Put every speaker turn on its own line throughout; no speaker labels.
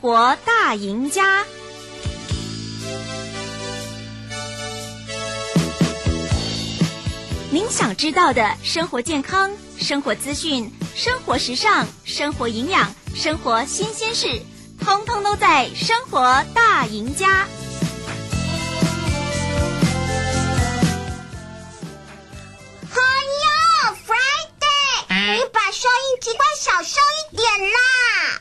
活大赢家。您想知道的生活健康、生活资讯、生活时尚、生活营养、生活新鲜事，通通都在《生活大赢家》。
朋友，Friday，、
嗯
你把收音机关小声一点啦。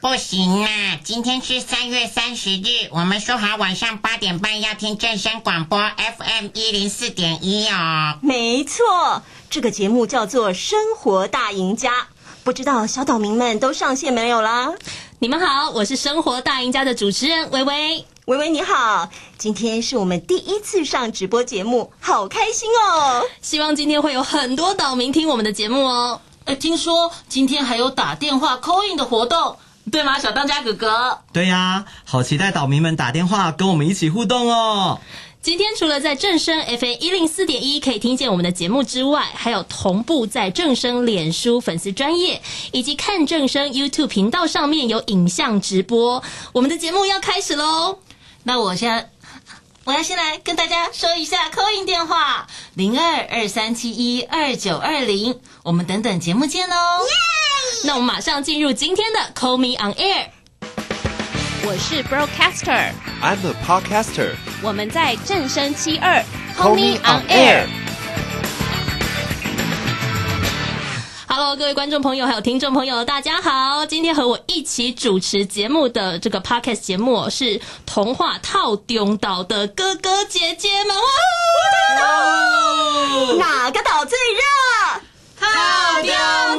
不行啊！今天是三月三十日，我们说好晚上八点半要听正声广播 FM 一零四点一哦。
没错，这个节目叫做《生活大赢家》。不知道小岛民们都上线没有啦？
你们好，我是生活大赢家的主持人微微。
微微你好，今天是我们第一次上直播节目，好开心哦！
希望今天会有很多岛民听我们的节目哦。
哎，听说今天还有打电话 call in 的活动，对吗，小当家哥哥？
对呀、好期待岛民们打电话跟我们一起互动哦。
今天除了在正声 FM 一零四点一可以听见我们的节目之外，还有同步在正声脸书粉丝专业以及看正声 YouTube 频道上面有影像直播。我们的节目要开始喽！
那我现在。我要先来跟大家说一下 call in 电话零二二三七一二九二零，我们等等节目见哦。
那我们马上进入今天的 Call Me on Air。
我是 Broadcaster，
I'm a podcaster.
我们在正声七二
Call me on air.
Hello，各位观众朋友还有听众朋友，大家好！今天和我一起主持节目的这个 podcast 节目哦是童话套丁岛的哥哥姐姐们，哇！
哪个岛最热？
好丢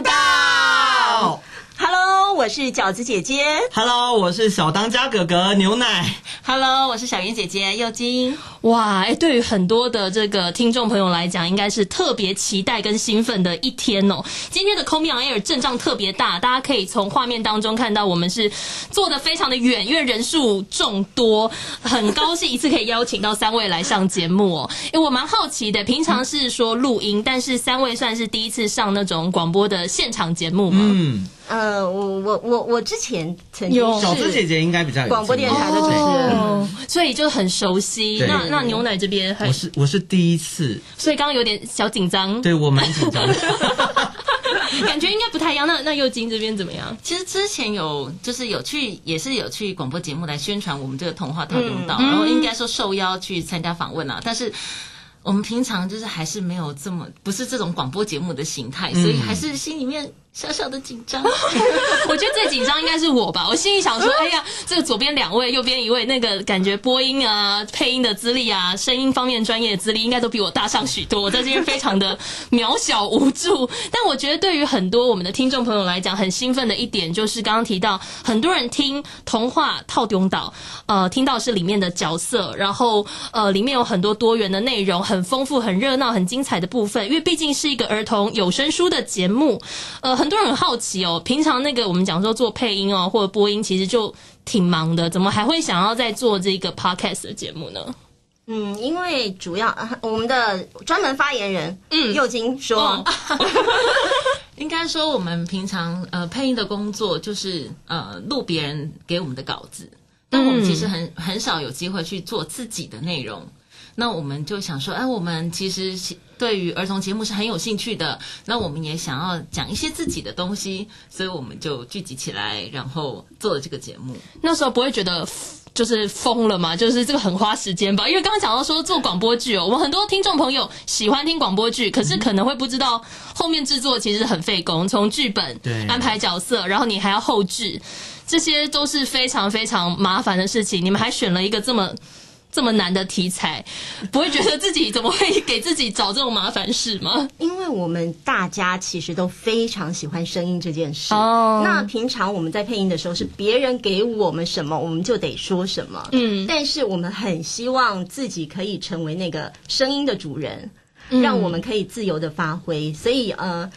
到，
Hello，我是饺子姐姐。
Hello，我是小当家哥哥牛奶。
Hello，我是小圆姐姐幼金。
哇，哎，对于很多的这个听众朋友来讲，应该是特别期待跟兴奋的一天哦。今天的 Call Me on Air 阵仗特别大，大家可以从画面当中看到，我们是坐的非常的远，因为人数众多，很高兴一次可以邀请到三位来上节目哦。哎，我蛮好奇的，平常是说录音，但是三位算是第一次上那种广播的现场节目吗？
嗯，
呃，我我我我之前曾经
有
是
小资姐姐应该比较有
广播电
经
台的主持人。
哦，所以就很熟悉。
对
那那牛奶这边
验。
还
我，是我是第一次，
所以刚刚有点小紧张。
对我蛮紧张的。
感觉应该不太一样。那那右京这边怎么样？
其实之前有就是有去，也是有去广播节目来宣传我们这个童话套用
嗯
岛，然后应该说受邀去参加访问啊，但是。我们平常就是还是没有这么不是这种广播节目的形态，
嗯
所以还是心里面小小的紧张。
我觉得最紧张应该是我吧。我心里 想说，哎呀，这个左边两位，右边一位，那个感觉播音啊、配音的资历啊、声音方面专业的资历，应该都比我大上许多。我在这边非常的渺小无助。但我觉得对于很多我们的听众朋友来讲，很兴奋的一点就是刚刚提到，很多人听童话套丁岛，呃，听到是里面的角色，然后呃，里面有很多多元的内容，很丰富、很热闹、很精彩的部分。因为毕竟是一个儿童有声书的节目，呃，很多人很好奇哦，平常那个我们讲说做配音哦，或者播音，其实就挺忙的，怎么还会想要再做这个 podcast 的节目呢？
嗯，因为主要啊我们的专门发言人，
嗯
右京说，
哦
应该说，我们平常呃配音的工作就是呃录别人给我们的稿子，
嗯
但我们其实很很少有机会去做自己的内容。那我们就想说，哎，我们其实其对于儿童节目是很有兴趣的，那我们也想要讲一些自己的东西，所以我们就聚集起来，然后做了这个节目。
那时候不会觉得就是疯了嘛？就是这个很花时间吧？因为刚刚讲到说做广播剧哦，我们很多听众朋友喜欢听广播剧，可是可能会不知道后面制作其实很费工，从剧本
对
安排角色，然后你还要后置，这些都是非常非常麻烦的事情。你们还选了一个这么。这么难的题材，不会觉得自己怎么会给自己找这种麻烦事吗？
因为我们大家其实都非常喜欢声音这件事。
哦
那平常我们在配音的时候，是别人给我们什么，我们就得说什么。
嗯
但是我们很希望自己可以成为那个声音的主人，
嗯
让我们可以自由的发挥。所以呃，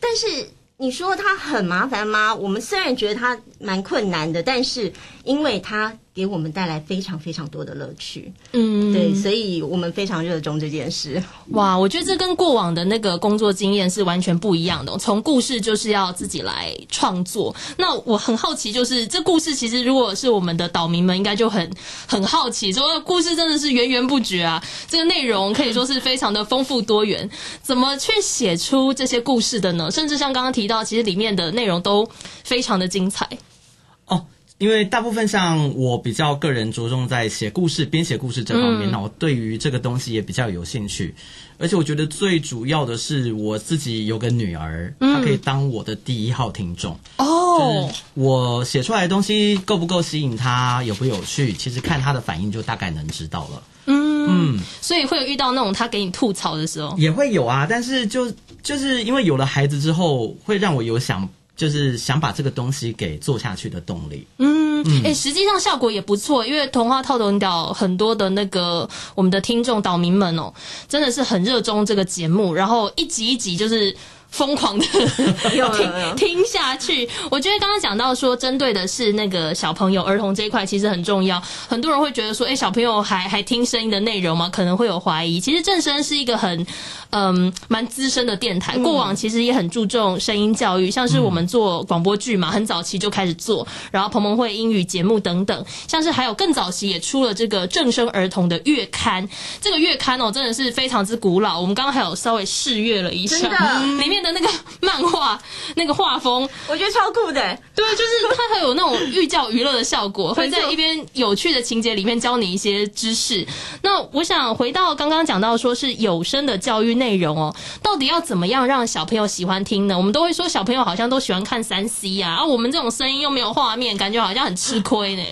但是你说它很麻烦吗？我们虽然觉得它蛮困难的，但是因为它给我们带来非常非常多的乐趣。
嗯，
对，所以我们非常热衷这件事。
哇，我觉得这跟过往的那个工作经验是完全不一样的哦、从故事就是要自己来创作。那我很好奇，就是啊这故事其实如果是我们的岛民们，应该就很很好奇，说呃故事真的是源源不绝啊，这个内容可以说是非常的丰富多元。怎么去写出这些故事的呢？甚至像刚刚提到，其实里面的内容都非常的精彩。
哦，因为大部分像我比较个人着重在写故事、编写故事这方
嗯
面，那、我对于这个东西也比较有兴趣。而且我觉得最主要的是，我自己有个女儿，
嗯
她可以当我的第一号听众。
哦，
嗯我写出来的东西够不够吸引她，有不有趣，其实看她的反应就大概能知道了。
嗯所以会有遇到那种他给你吐槽的时候，
也会有啊，但是就就是因为有了孩子之后，会让我有想就是想把这个东西给做下去的动力。
嗯，哎、实际上效果也不错，因为童话套头岛很多的那个我们的听众岛民们哦，真的是很热衷这个节目，然后一集一集就是。疯狂的
有有
听听下去，我觉得刚刚讲到说，针对的是那个小朋友、儿童这一块，其实很重要。很多人会觉得说，哎、小朋友还还听声音的内容吗？可能会有怀疑。其实正声是一个很嗯蛮资深的电
嗯
台，过往其实也很注重声音教育，像是我们做广播剧嘛，很早期就开始做，然后彭彭会英语节目等等，像是还有更早期也出了这个正声儿童的月刊，这个月刊哦真的是非常之古老，我们刚刚还有稍微试阅了一下，
真的
里面的那个漫画那个画风，
我觉得超酷的，
对，就是它还有那种寓教于乐的效果，会在一边有趣的情节里面教你一些知识。那我想回到刚刚讲到说是有声的教育内容哦，到底要怎么样让小朋友喜欢听呢？我们都会说小朋友好像都喜欢看三 C 啊，啊，我们这种声音又没有画面，感觉好像很吃亏呢。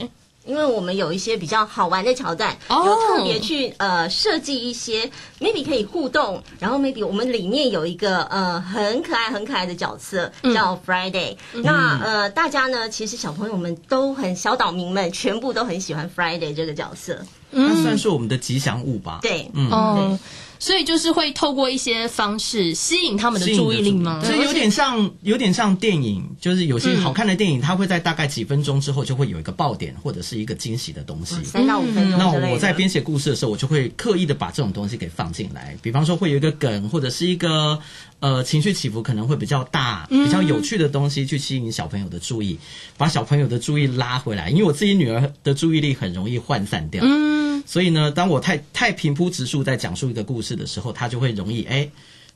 因为我们有一些比较好玩的桥段，
哦
有特别去呃设计一些 maybe 可以互动，然后 maybe 我们里面有一个呃很可爱很可爱的角色叫 Friday，、那呃大家呢其实小朋友们都很小岛民们全部都很喜欢 Friday 这个角色，
它算是我们的吉祥物吧。
对，
嗯，
嗯哦，所以就是会透过一些方式吸引他们的
吸引
注意力吗？
这有点像，有点像电影，就是有些
嗯
好看的电影，它会在大概几分钟之后就会有一个爆点或者是一个惊喜的东西。
三到五分钟
那
嗯之类的。
我在编写故事的时候，我就会刻意的把这种东西给放进来，比方说会有一个梗，或者是一个呃情绪起伏可能会比较大、
嗯
比较有趣的东西去吸引小朋友的注意，把小朋友的注意拉回来。因为我自己女儿的注意力很容易涣散掉，嗯，所以呢，当我太太平铺直述在讲述一个故事的时候，她就会容易哎。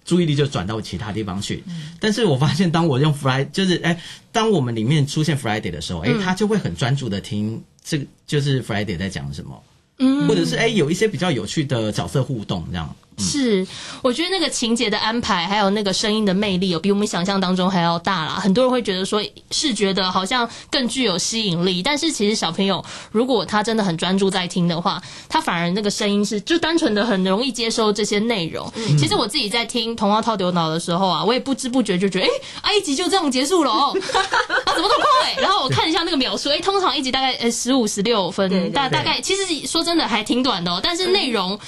注意力就转到其他地方去。但是我发现，当我用 Friday，就是哎、当我们里面出现 Friday 的时候，哎、他就会很专注的听这个，就是 Friday 在讲什么。嗯，或者是哎、有一些比较有趣的角色互动这样。
嗯
是，我觉得那个情节的安排，还有那个声音的魅力，有比我们想象当中还要大啦。很多人会觉得说，视觉的好像更具有吸引力，但是其实小朋友如果他真的很专注在听的话，他反而那个声音是就单纯的很容易接收这些内容。
嗯
其实我自己在听《童话套牛脑》的时候啊，我也不知不觉就觉得，哎、啊，一集就这样结束了 哦，啊，怎么那么快？然后我看一下那个秒数，哎、通常一集大概呃十五十六分，
对对嗯
大大
对
概其实说真的还挺短的哦，但是内容。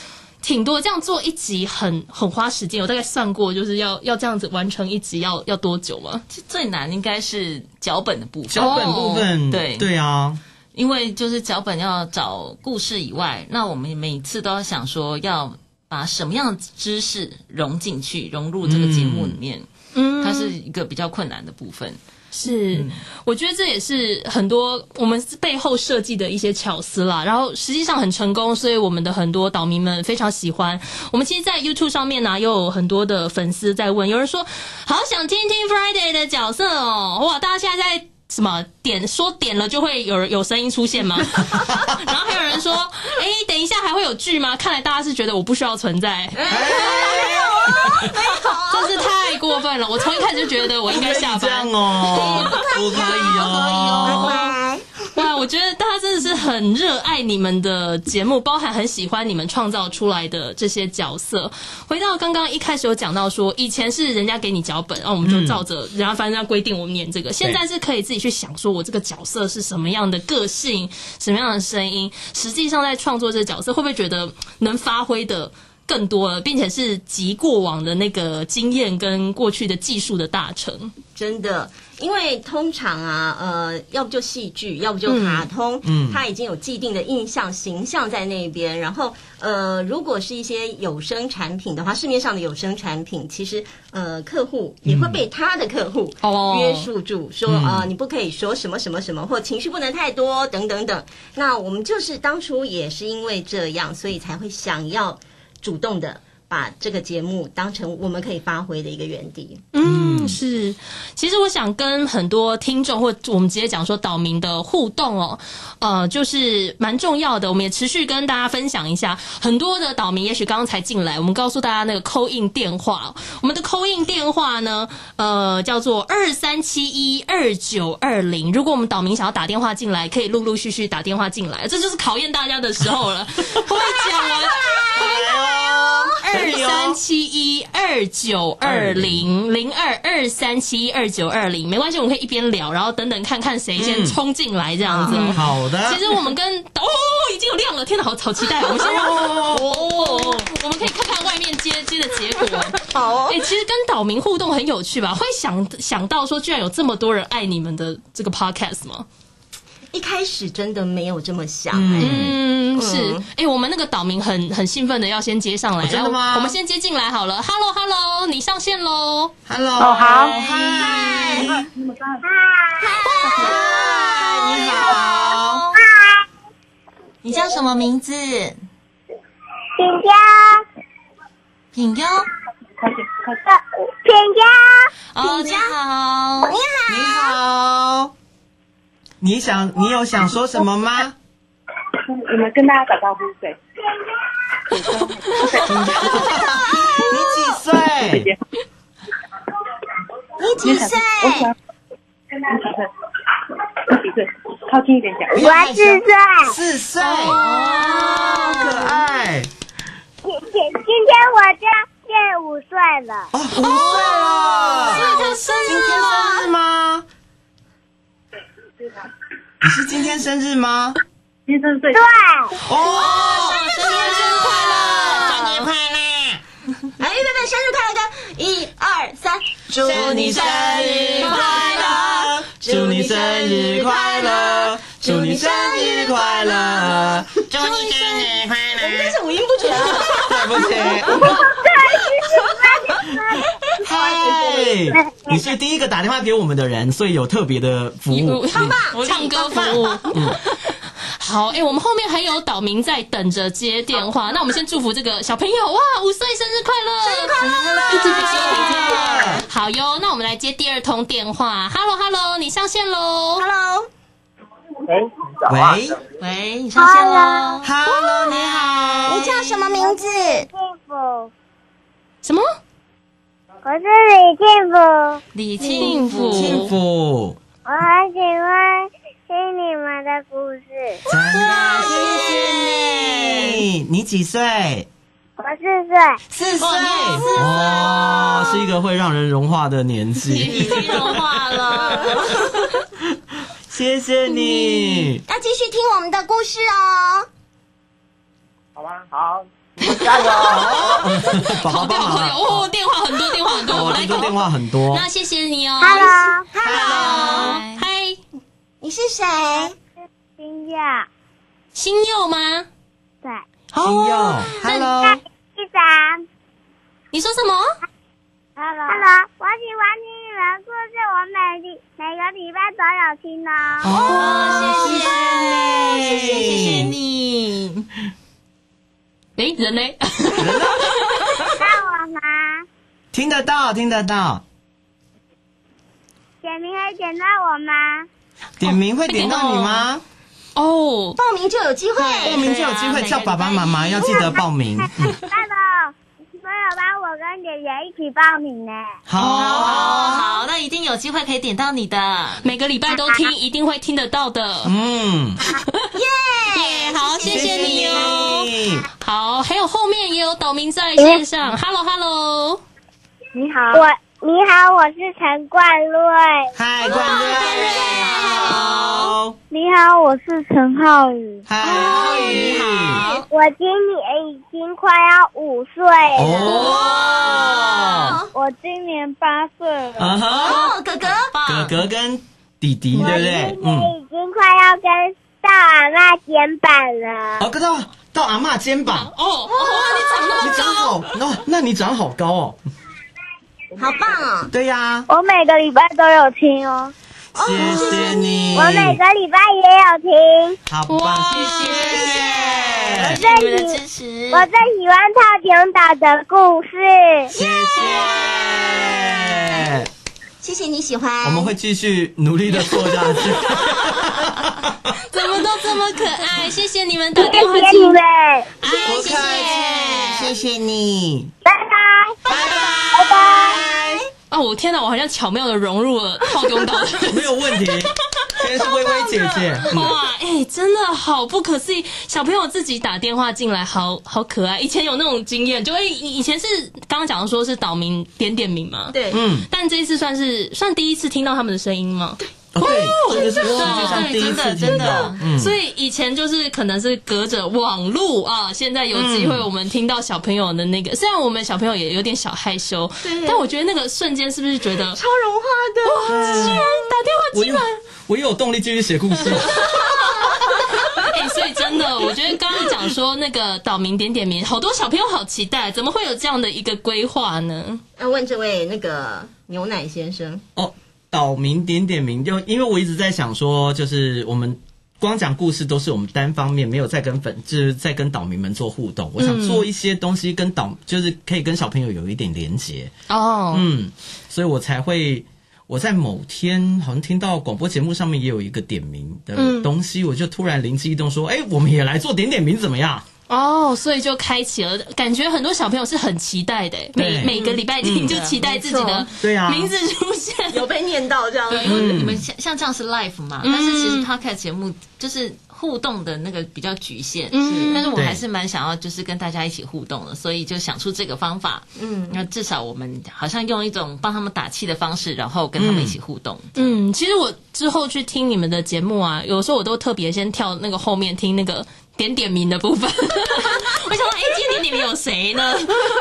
挺多，这样做一集很很花时间。我大概算过，就是要要这样子完成一集要要多久吗？
最难应该是脚本的部分，
脚本部分，
对
对啊，
因为就是脚本要找故事以外，那我们每次都要想说要把什么样的知识融进去，融入这个节目里面，
嗯
它是一个比较困难的部分。
是，我觉得这也是很多我们背后设计的一些巧思啦。然后实际上很成功，所以我们的很多岛民们非常喜欢。我们其实，在 YouTube 上面呢、又有很多的粉丝在问，有人说好想听听 Friday 的角色哦，哇，大家现在在。什么点说点了就会有人有声音出 现吗？然后还有人说，哎、等一下还会有剧吗？看来大家是觉得我不需要存在，哎啊真是太过分了。我从一开始就觉得我应该下
哎这
班
样。哦，不可以哦，
乖，
哇，我觉得大家真的是很热爱你们的节目，包含很喜欢你们创造出来的这些角色。回到刚刚一开始有讲到说，以前是人家给你脚本，然、后我们就照着人家反正要规定我们念这个，现在是可以自己去想，说我这个角色是什么样的个性，什么样的声音，实际上在创作这个角色，会不会觉得能发挥的？更多了，并且是集过往的那个经验跟过去的技术的大成。
真的，因为通常啊，呃，要不就戏剧，要不就卡通，
嗯
它已经有既定的印象形象在那边。然后，呃，如果是一些有声产品的话，市面上的有声产品，其实呃，客户也会被他的客户
哦
约束住，说啊、呃你不可以说什么什么什么，或情绪不能太多，等等等。那我们就是当初也是因为这样，所以才会想要主动的。把这个节目当成我们可以发挥的一个园地，
嗯，是。其实我想跟很多听众或我们直接讲说岛民的互动哦，呃，就是蛮重要的。我们也持续跟大家分享一下，很多的岛民也许刚刚才进来，我们告诉大家那个扣印电话哦，我们的扣印电话呢，呃，叫做二三七一二九二零。如果我们岛民想要打电话进来，可以陆陆续续打电话进来，这就是考验大家的时候了。会不会讲完？会不会
哦
二三七一二九二零零二二三七一二九二零，没关系，我们可以一边聊，然后等等看看谁先冲进来这样子。
好的，
其实我们跟哦，已经有亮了，天哪，好好期待！我们先让哦，我们可以看看外面接接的结果。
好、
哎、其实跟岛民互动很有趣吧？会想想到说，居然有这么多人爱你们的这个 podcast 吗？
一开始真的没有这么想，
嗯，
嗯，是。哎、我们那个岛民很很兴奋的要先接上来，
真的吗
然后我们先接进来好了。Hello Hello，你上线喽。
，Hello，好，嗨，
你好，你叫什么名字？
请教，
品优。
请教，
哦，你好，你好，
你好，你想你有想说什么吗？
我们跟大家打招呼，对，
你几岁？
几岁？我想，我几岁？几岁？靠近一点讲。
不要
我
害
四
羞
岁，
四岁，哦，可爱
今今今天我这变五岁了，
哦，五岁了，
对，他生
今天生日吗？你是今天生日吗？
今天真是最
对，
哦，
生日快乐！
哎，贝贝生日快乐歌！一二三，
祝你生日快乐，祝你生日快乐，祝你生日快乐。
祝你生日快乐！
这五音不全啊！
对不起，嗨，你是第一个打电话给我们的人，所以有特别的服务。
唱歌服务。好，哎、我们后面还有岛民在等着接电话，那我们先祝福这个小朋友哇，五岁生日快乐，哎生日快乐，一直不休息好哟，那我们来接第二通电话，Hello Hello，你上线喽，Hello，
喂
喂，你上线喽。
，Hello，你好，
你叫什么名字？幸福，
什么？
我是李
幸
李庆
幸福，
福，
幸福，
我很喜欢听你们的故事，
真的谢谢你。你几岁？
我四岁，
四岁。哦，是一个会让人融化的年纪。
已经融化了，
谢谢你。
要继续听我们的故事哦。
好吧，好，你们加油！
宝宝
好掉
帮
好掉，
忙。
哦，电话很多，电话很多，我
我
来
听到电
搞。
话啊哦很多。
那谢谢你哦
Hello，Hello，
嗨，
你是谁？金雅，
新佑吗？
对，
星耀，Hello，
一三。
你说什么？
Hello，, Hello 我喜欢听你们的故事，我每礼每个礼拜都有听哦。
哦，谢谢你，谢谢你。
你
哎，人嘞？
看我吗？
听得到，听得到。
点名可以点到我吗？
点名会点到你吗？
哦，
报名就有机会。
报名就有机会，叫爸爸妈妈要记得报名。嗯
爸爸，所有帮我跟姐姐一起报名呢。
哦
好，
好，那一定有机会可以点到你的。
每个礼拜都听，一定会听得到的。
嗯，
耶，好，谢
谢
谢你哦。
你。
嗯好，还有后面也有岛民在线上，Hello Hello，
你好，我你好，我是陈冠瑞。
嗨，冠瑞，
你好，我是陈浩宇。
嗨，浩宇，你好。
我今年已经快要五岁了，
哦，
我今年八岁了，
啊哈，
哦，哥哥，
哥哥跟弟弟，对
我
不对
今年？
嗯，
已经快要跟大阿妈肩膀了。
哦，到到阿嬷肩膀，
哦，哇，你长那
你
么
长
高，
好，那那你长好高哦。
好棒哦！
对呀，
我每个礼拜都有听哦，
谢谢你，
我每个礼拜也有听。
好棒，谢谢
谢
谢
谢你们的支持。
我最喜欢套熊岛的故事。
谢谢。
谢谢你喜欢，
我们会继续努力的做下去。
怎么都这么可爱，谢谢你们打电话
谢谢
进
你们，
来，
不
谢
客气，
谢。
谢谢你，
拜拜。
拜拜，拜拜。
哦，我天哪，我好像巧妙的融入了套中岛的
没有问题。今天是薇薇姐姐，嗯
哇，哎、真的好不可思议！小朋友自己打电话进来，好好可爱。以前有那种经验，就会以以前是刚刚讲的说是岛民点点名嘛，。
对，
嗯，
但这一次算是算第一次听到他们的声音吗？
哦对，这个是世界上第一次听
真的
到，嗯，
所以以前就是可能是隔着网路啊，现在有机会我们听到小朋友的那个，虽然我们小朋友也有点小害羞，
对
但我觉得那个瞬间是不是觉得
超融化的，
居然打电话
我
进
又
来？
我又有动力继续写故事。
哎、所以真的，我觉得刚刚讲说那个岛民点点名，好多小朋友好期待，怎么会有这样的一个规划呢？
要问这位那个牛奶先生，
哦，岛民点点名，就因为我一直在想说，就是我们。光讲故事都是我们单方面，没有在跟粉，就是在跟岛民们做互
嗯
动。我想做一些东西跟岛，就是可以跟小朋友有一点连结。
哦，
嗯，所以我才会，我在某天好像听到广播节目上面也有一个点名的东
嗯
西，我就突然灵机一动说，哎、我们也来做点点名怎么样？
哦，所以就开启了，感觉很多小朋友是很期待的，每
对
每个礼拜听就期待自己的
对啊，
名字出现。
有被念到这样
对，
子，
因为你们像像这样是 live 嘛，
嗯
但是其实 podcast 节目就是互动的那个比较局限，
嗯
但是我
对
还是蛮想要就是跟大家一起互动的，所以就想出这个方法。
嗯，
那至少我们好像用一种帮他们打气的方式，然后跟他们一起互动。
嗯，其实我之后去听你们的节目啊，有时候我都特别先跳那个后面听那个点点名的部分。 我想说，哎、今天点点名有谁呢？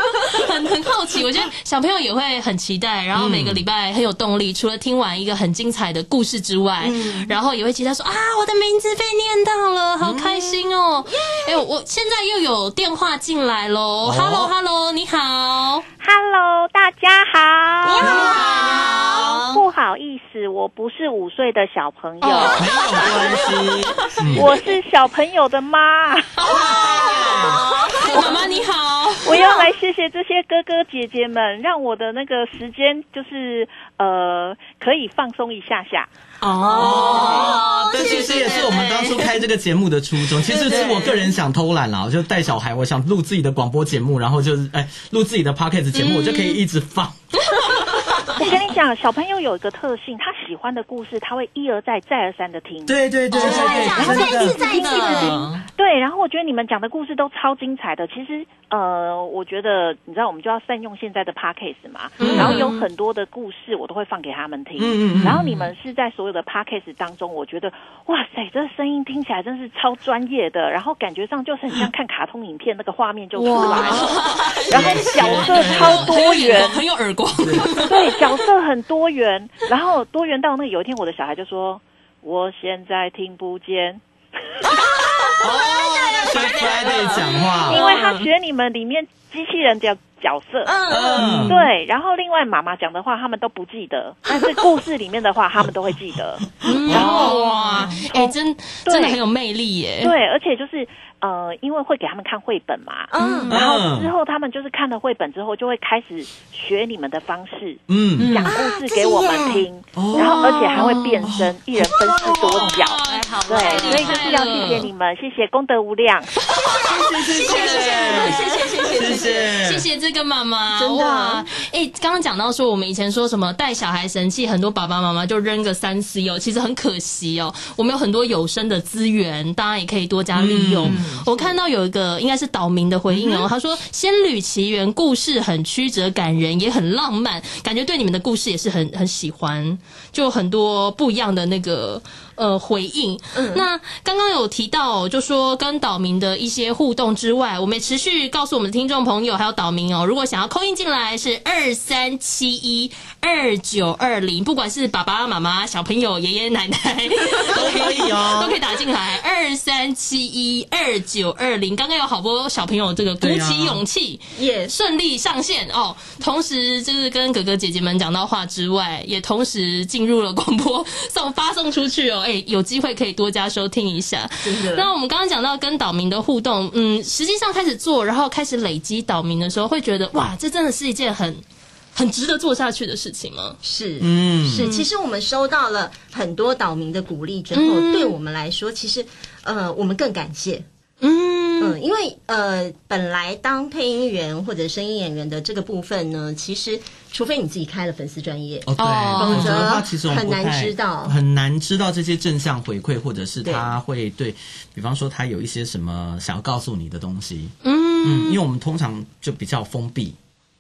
很很好奇，我觉得小朋友也会很期待，然后每个礼拜很有动力。除了听完一个很精彩的故事之外，
嗯
然后也会期待说啊，我的名字被念到了，好开心哦！
嗯
哎、我现在又有电话进来喽、h e l l o Hello，你好，
Hello，大家好。
你好，
不好意思，我不是五岁的小朋友，
没有关 系，嗯
我是小朋友的妈。
妈妈你好。
我要来谢谢这些哥哥姐姐们，让我的那个时间就是呃可以放松一下下。
哦，这其实也是我们当初开这个节目的初衷。其实是我个人想偷懒啦，我就带小孩，我想录自己的广播节目，然后就是哎录自己的 podcast 节目，我就可以一直放。
我跟你讲，小朋友有一个特性，他喜欢的故事他会一而再、再而三的听。
对对对对对，真
哦
的。
在一起
嗯，
对，然后我觉得你们讲的故事都超精彩的。其实，呃，我觉得你知道，我们就要善用现在的 podcast 嘛，然后有很多的故事我都会放给他们听。
嗯嗯嗯嗯
然后你们是在所有的 podcast 当中，我觉得哇塞，这声音听起来真是超专业的，然后感觉上就是很像看卡通影片，那个画面就出来了， 然后角色超多元。
很有耳光。
对，角色很多元，然后多元到那有一天，我的小孩就说：“我现在听不见，
学 Friday 讲话，
因为他学你们里面机器人的角色。”
嗯，
对，然后另外妈妈讲的话他们都不记得，但是故事里面的话他们都会记得。然后
哇， 哎、真
对
真的很有魅力耶！
对，而且就是呃，因为会给他们看绘本嘛，
嗯，
然后之后他们就是看了绘本之后就会开始学你们的方式。
嗯，
啊
讲故事给我们听，
哦
然后而且还会变身，一人分饰多
太
角。
哦好
对，所以就是要谢谢你们，谢谢功德无量。
谢谢谢谢
谢谢谢谢谢谢
谢谢
谢谢这
这个妈妈，
真的
哇
啊！
哎、刚刚讲到说，我们以前说什么带小孩神器，很多爸爸妈妈就扔个三 C 哦，其实很可惜哦。我们有很多有声的资源，大家也可以多加利用。我看到有一个应该是岛民的回应哦，他说《仙女奇缘》故事很曲折感人，也很浪漫，感觉对你们的故事也是很很喜欢，就很多不一样的那个。呃，回应。那刚刚有提到、就说跟岛民的一些互动之外，我们也持续告诉我们的听众朋友还有岛民哦，如果想要扣音进来是二三七一二九二零，不管是爸爸妈妈、小朋友、爷爷奶奶 都可以哦， 都可以打进来二三七一二九二零。刚刚有好多小朋友这个鼓
对啊
起勇气，
也是
顺利上线哦。同时，就是跟哥哥姐姐们讲到话之外，也同时进入了广播送发送出去哦。哎、有机会可以多加收听一下。
真的
那我们刚刚讲到跟岛民的互动，嗯，实际上开始做，然后开始累积岛民的时候，会觉得哇，这真的是一件很很值得做下去的事情吗？
是，
嗯
是。其实我们收到了很多岛民的鼓励之后，
嗯
对我们来说，其实呃，我们更感谢。
嗯
嗯，因为呃，本来当配音员或者声音演员的这个部分呢，其实除非你自己开了粉丝专业，
哦，对，
哦
否则的话，其实我们不太
很难知道
很难知道这些正向回馈，或者是
对
他会对，比方说他有一些什么想要告诉你的东西，
嗯
嗯，因为我们通常就比较封闭，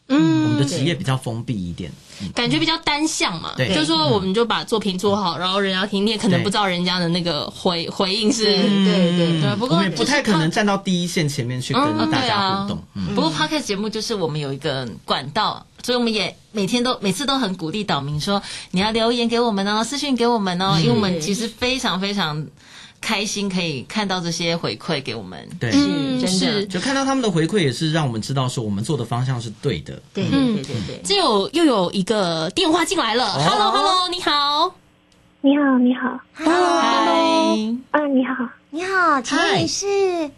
我们
嗯，
的职业比较封闭一点，
感觉比较单向嘛，
对
就是说我们就把作品做好，然后人家听，你也可能不知道人家的那个回回应是。
对对对
对不过
我们也
就是
不太可
靠
能站到第一线前面去
嗯
跟大
对
家
啊
互动，嗯，
不过 podcast 节目就是我们有一个管道，所以我们也每天都每次都很鼓励岛民说，你要留言给我们哦，私讯给我们哦，因为我们其实非常非常开心可以看到这些回馈给我们。
对。
嗯，
真的
是
就看到他们的回馈，也是让我们知道说我们做的方向是对的。
对对对对对，
这有又有一个呃电话进来了、h
哦
e l l o Hello，你好
你好，你好，
，Hello，
哦
啊，你好，
你好，请问你是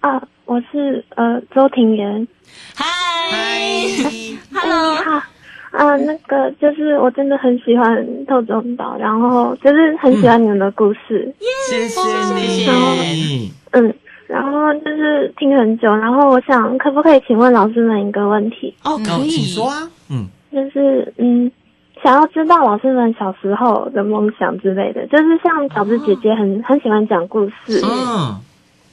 啊，我是呃周庭元，
嗨，
你好，啊，那个就是我真的很喜欢透中岛，然后就是很喜欢你们的故事，
谢谢你，
嗯，然后就是听很久，然后我想可不可以请问老师们一个问题，
哦，可
请
以，
说啊，嗯，
就是嗯。想要知道老师们小时候的梦想之类的，就是像饺子姐姐很、很喜欢讲故事，
嗯，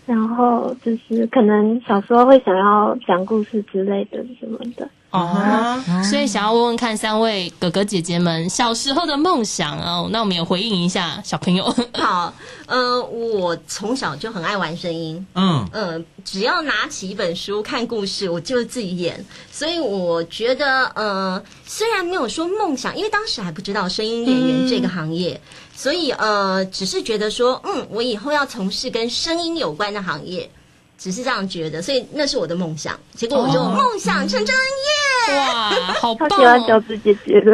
然后就是可能小时候会想要讲故事之类的什么的。
哦，所以想要问问看三位哥哥姐姐们小时候的梦想哦，那我们也回应一下小 朋友，
好，呃，我从小就很爱玩声音，
嗯，
呃，只要拿起一本书看故事，我就自己演。所以我觉得，呃，虽然没有说梦想，因为当时还不知道声音演员这个行业，
嗯
所以呃，只是觉得说，嗯，我以后要从事跟声音有关的行业。只是这样觉得，所以那是我的梦想。结果我就梦想成真耶！
哇，好
超
棒、
喜欢饺
哦，
子姐姐 的，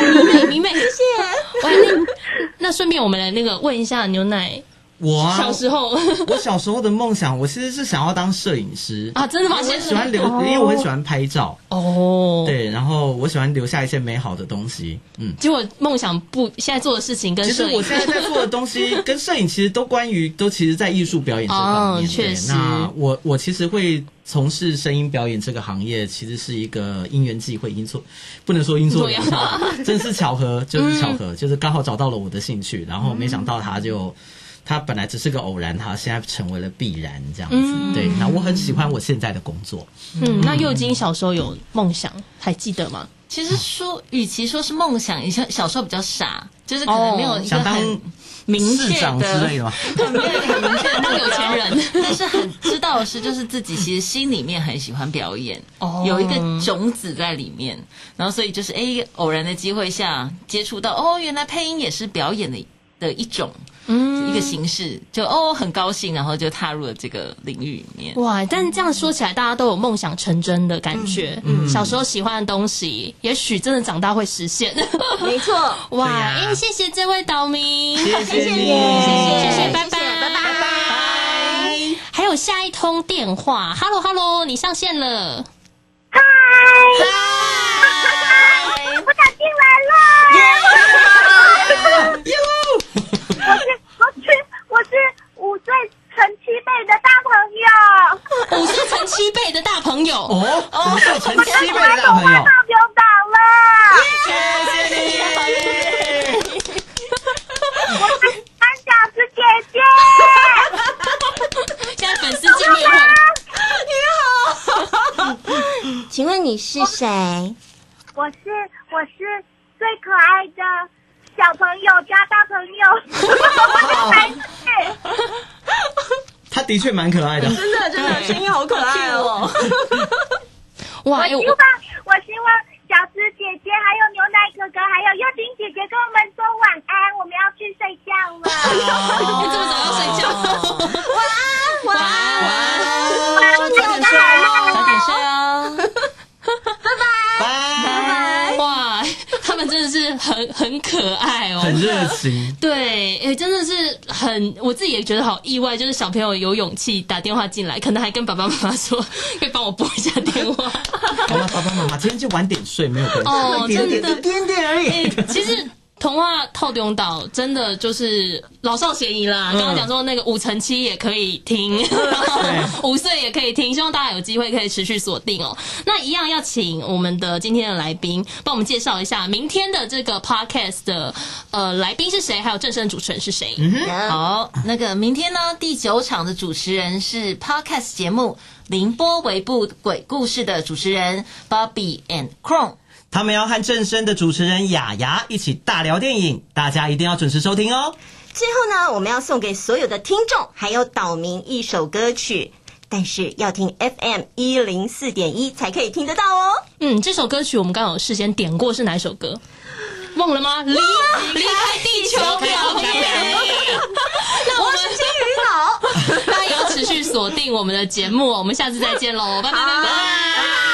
明媚明媚，谢谢。喂，那那顺便我们来那个问一下牛奶，
我啊，
小时 候
我小时候的梦想，我其实是想要当摄影师，
啊，真的吗？
我
先
喜欢留，因为我很喜欢拍照，
哦，，
对，然后我喜欢留下一些美好的东西，嗯。
结果梦想不现在做的事情跟
其实
摄影
我现在在做的东西跟摄影其实都关于都其实，在艺术表演这方面。
哦确
对
实
那我我其实会从事声音表演这个行业，其实是一个因缘际会，因错不能说因错缘
对
到，真是巧合，就是巧合，就是刚好找到了我的兴趣，然后没想到它就。它本来只是个偶然，它现在成为了必然，这样子。
嗯
对，那我很喜欢我现在的工作。
嗯，那幼金小时候有梦想，还记得吗？
其实说，与其说是梦想，以前小时候比较傻，就是可
哦
能没有一个
想当
很明
市
确
长之类的吗？
很明确很明确的
当有钱人，
但是很知道的是，就是自己其实心里面很喜欢表演，
哦
有一个种子在里面，然后所以就是哎，偶然的机会下接触到，哦，原来配音也是表演的的一种。一个形式，就哦很高兴，然后就踏入了这个领域里面。嗯
哇！但这样说起来，大家都有梦想成真的感觉。小时候喜欢的东西，也许真的长大会实现。
没错，
哇！
对呀
哎、谢谢这位岛民，
谢谢你，
嗯
谢谢，拜拜，
拜拜
拜。还有下一通电话，Hello Hello，你上线了。
我打进来了，
哦
我是我是五岁乘七倍的大朋友，
五岁乘七倍的大朋友
哦
哦，
我们是有成七位的大朋友。
九档了，
谢谢你，
我们三小子姐姐，
现在粉丝见面会。
你好，
请问你是谁？
我是我是最可爱的小朋友加大朋友，我是白菜
他的确蛮可爱的，
真的真的，声音好可爱哦。
哇，
我
哎
希
我
望，我希望小芝姐姐、还有牛奶哥哥、还有幼婷姐姐跟我们说晚安，我们要去睡觉了。
这么早要睡觉，
晚安，晚
安，早点睡哦，早点睡哦。
拜
哇，他们真的是很很可爱哦，
很热情。
对，哎、真的是很，我自己也觉得好意外，就是小朋友有勇气打电话进来，可能还跟爸爸妈妈说，可以帮我拨一下电话。
好了，爸爸妈妈今天就晚点睡，没有关系。
哦，真的，
点点而
哎、其实。童话透中岛真的就是老少咸宜啦。
嗯
刚刚讲说那个五乘七也可以听，然后 五岁也可以听，希望大家有机会可以持续锁定哦。那一样要请我们的今天的来宾帮我们介绍一下明天的这个 podcast 的呃来宾是谁，还有正声主持人是谁。
嗯
好，那个明天呢，第九场的主持人是 Podcast 节目《凌波微步鬼故事》的主持人 Bobby and Cron。
他们要和正声的主持人雅雅一起大聊电影，大家一定要准时收听哦。
最后呢，我们要送给所有的听众还有岛民一首歌曲，但是要听 FM 一零四点一才可以听得到哦。
嗯，这首歌曲我们刚好有事先点过是哪一首歌？忘了吗？离离开地球表面。 那我
我
们
是金鱼脑。
大家也要持续锁定我们的节目哦，我们下次再见喽，拜拜拜拜。